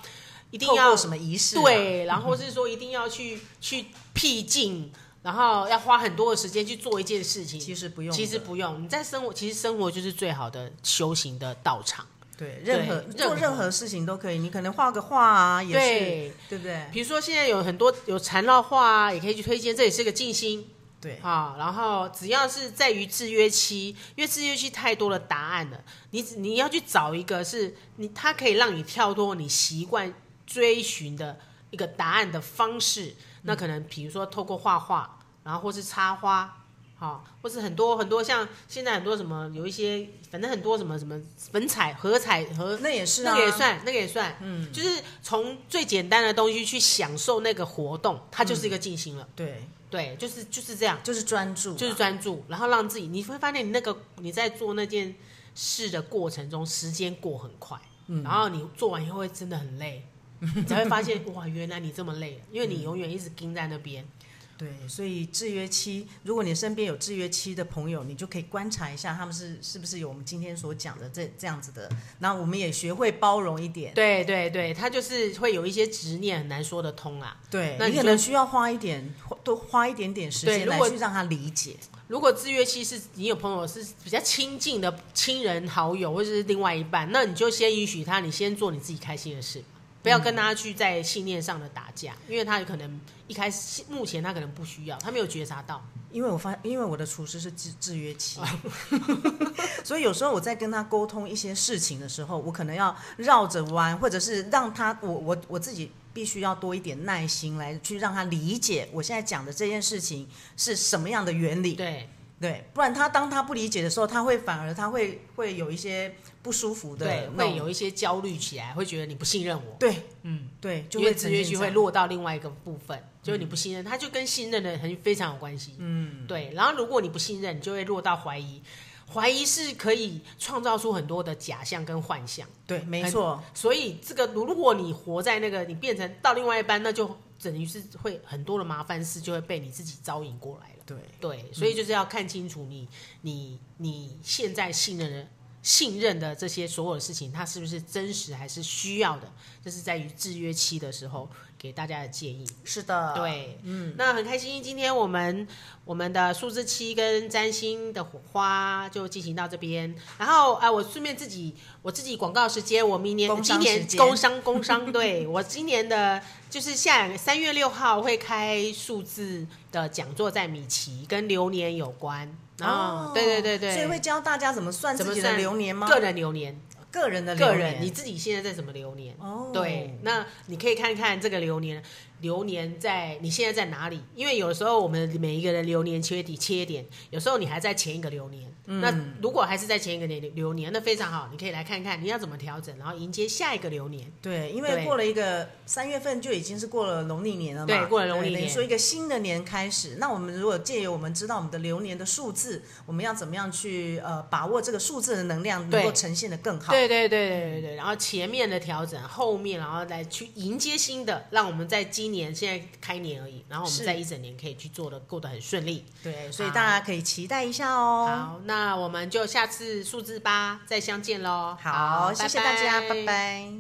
A: 一定
B: 透
A: 要
B: 过什么仪式、啊，
A: 对，然后是说一定要去去僻静，然后要花很多的时间去做一件事情。
B: 其实不用的，
A: 其实不用，你在生活，其实生活就是最好的修行的道场。
B: 对，任何
A: 对任何
B: 做任何事情都可以，你可能画个画啊，也是
A: 对，
B: 对不对？
A: 比如说现在有很多有缠绕画啊，也可以去推荐，这也是个静心
B: 对，
A: 啊。然后只要是在于制约期，因为制约期太多的答案了，你只你要去找一个是你，它可以让你跳脱你习惯追寻的一个答案的方式。那可能比如说透过画画，然后或是插花。好，或是很多很多像现在很多什么有一些，反正很多什么什么粉彩、合彩、和
B: 那也是啊，
A: 那个也算，那个也算，嗯，就是从最简单的东西去享受那个活动，它就是一个静心了，
B: 对，
A: 对，就是就是这样，
B: 就是专注啊、
A: 就是专注，然后让自己，你会发现你那个你在做那件事的过程中，时间过很快，然后你做完以后会真的很 [LAUGHS] 累，你才会发现哇，原来你这么累，因为你永远一直盯在那边，
B: 对，所以制约期，如果你身边有制约期的朋友，你就可以观察一下他们是是不是有我们今天所讲的这这样子的，那我们也学会包容一点，
A: 对对对，他就是会有一些执念很难说得通啊，
B: 对，
A: 那
B: 你
A: 你
B: 可
A: 就
B: 能需要花一点，花多花一点点时
A: 对
B: 间
A: 如
B: 来
A: 果
B: 去让他理解，
A: 如果制约期是你有朋友是比较亲近的亲人好友或者是另外一半，那你就先允许他，你先做你自己开心的事，不要跟他去在信念上的打架，因为他有可能一开始目前他可能不需要，他没有觉察到。
B: 因为我发，因为我的厨师是制制约期， [LAUGHS] 所以有时候我在跟他沟通一些事情的时候，我可能要绕着弯，或者是让他，我我我自己必须要多一点耐心来去让他理解我现在讲的这件事情是什么样的原理。
A: 对，
B: 对，不然他当他不理解的时候，他会反而他会会有一些不舒服的
A: 对，
B: 那种，
A: 会有一些焦虑起来，会觉得你不信任我，
B: 对
A: 嗯，
B: 对，
A: 就
B: 就
A: 会
B: 会
A: 制约
B: 呈
A: 区
B: 现
A: 会
B: 这样
A: 落到另外一个部分，就是你不信任，它就跟信任的很非常有关系，嗯，对。然后如果你不信任，你就会落到怀疑，怀疑是可以创造出很多的假象跟幻象，
B: 对，没错，
A: 所以这个如如果你活在那个你变成到另外一班，那就等于是会很多的麻烦事就会被你自己招引过来了。
B: 对，
A: 对，所以就是要看清楚你、你你现在信任的信任的这些所有的事情，它是不是真实还是需要的？这是在于制约期的时候给大家的建议。
B: 是的，，
A: 对，嗯，那很开心，今天我们我们的数字七跟占星的火花就进行到这边。然后啊、我顺便自己我自己广告时间，我明年
B: 工
A: 今
B: 商
A: 年
B: 时间
A: 工商工商，对我今年的就是下两个三月六号会开数字的讲座，在米奇跟流年有关。哦，对对对对，
B: 所以会教大家怎么算
A: 怎么
B: 自己的
A: 算
B: 流年吗？
A: 个人流年，
B: 个人的流
A: 个
B: 年
A: 人你自己现在在什么流年？
B: 哦，
A: 对，，那你可以看看这个流年，流年在你现在在哪里？因为有的时候我们每一个人流年缺点切点，有时候你还在前一个流年，那如果还是在前一个年流年，那非常好，你可以来看看你要怎么调整，然后迎接下一个流年。
B: 对，因
A: 对
B: 为过了一个三月份就已经是过了农历年了嘛，
A: 对过了农历
B: 对等于
A: 年
B: 说一个新的年开始。那我们如果借由我们知道我们的流年的数字，我们要怎么样去呃把握这个数字的能量，
A: 对
B: 能够呈现的更好？
A: 对对对对对对，然后前面的调整，后面然后来去迎接新的，让我们在今年现在开年而已，然后我们
B: 是
A: 在一整年可以去做的过得很顺利。
B: 对，所以
A: 好
B: 大家可以期待一下哦。
A: 好，那我们就下次数字八再相见喽。
B: 谢谢大家，拜拜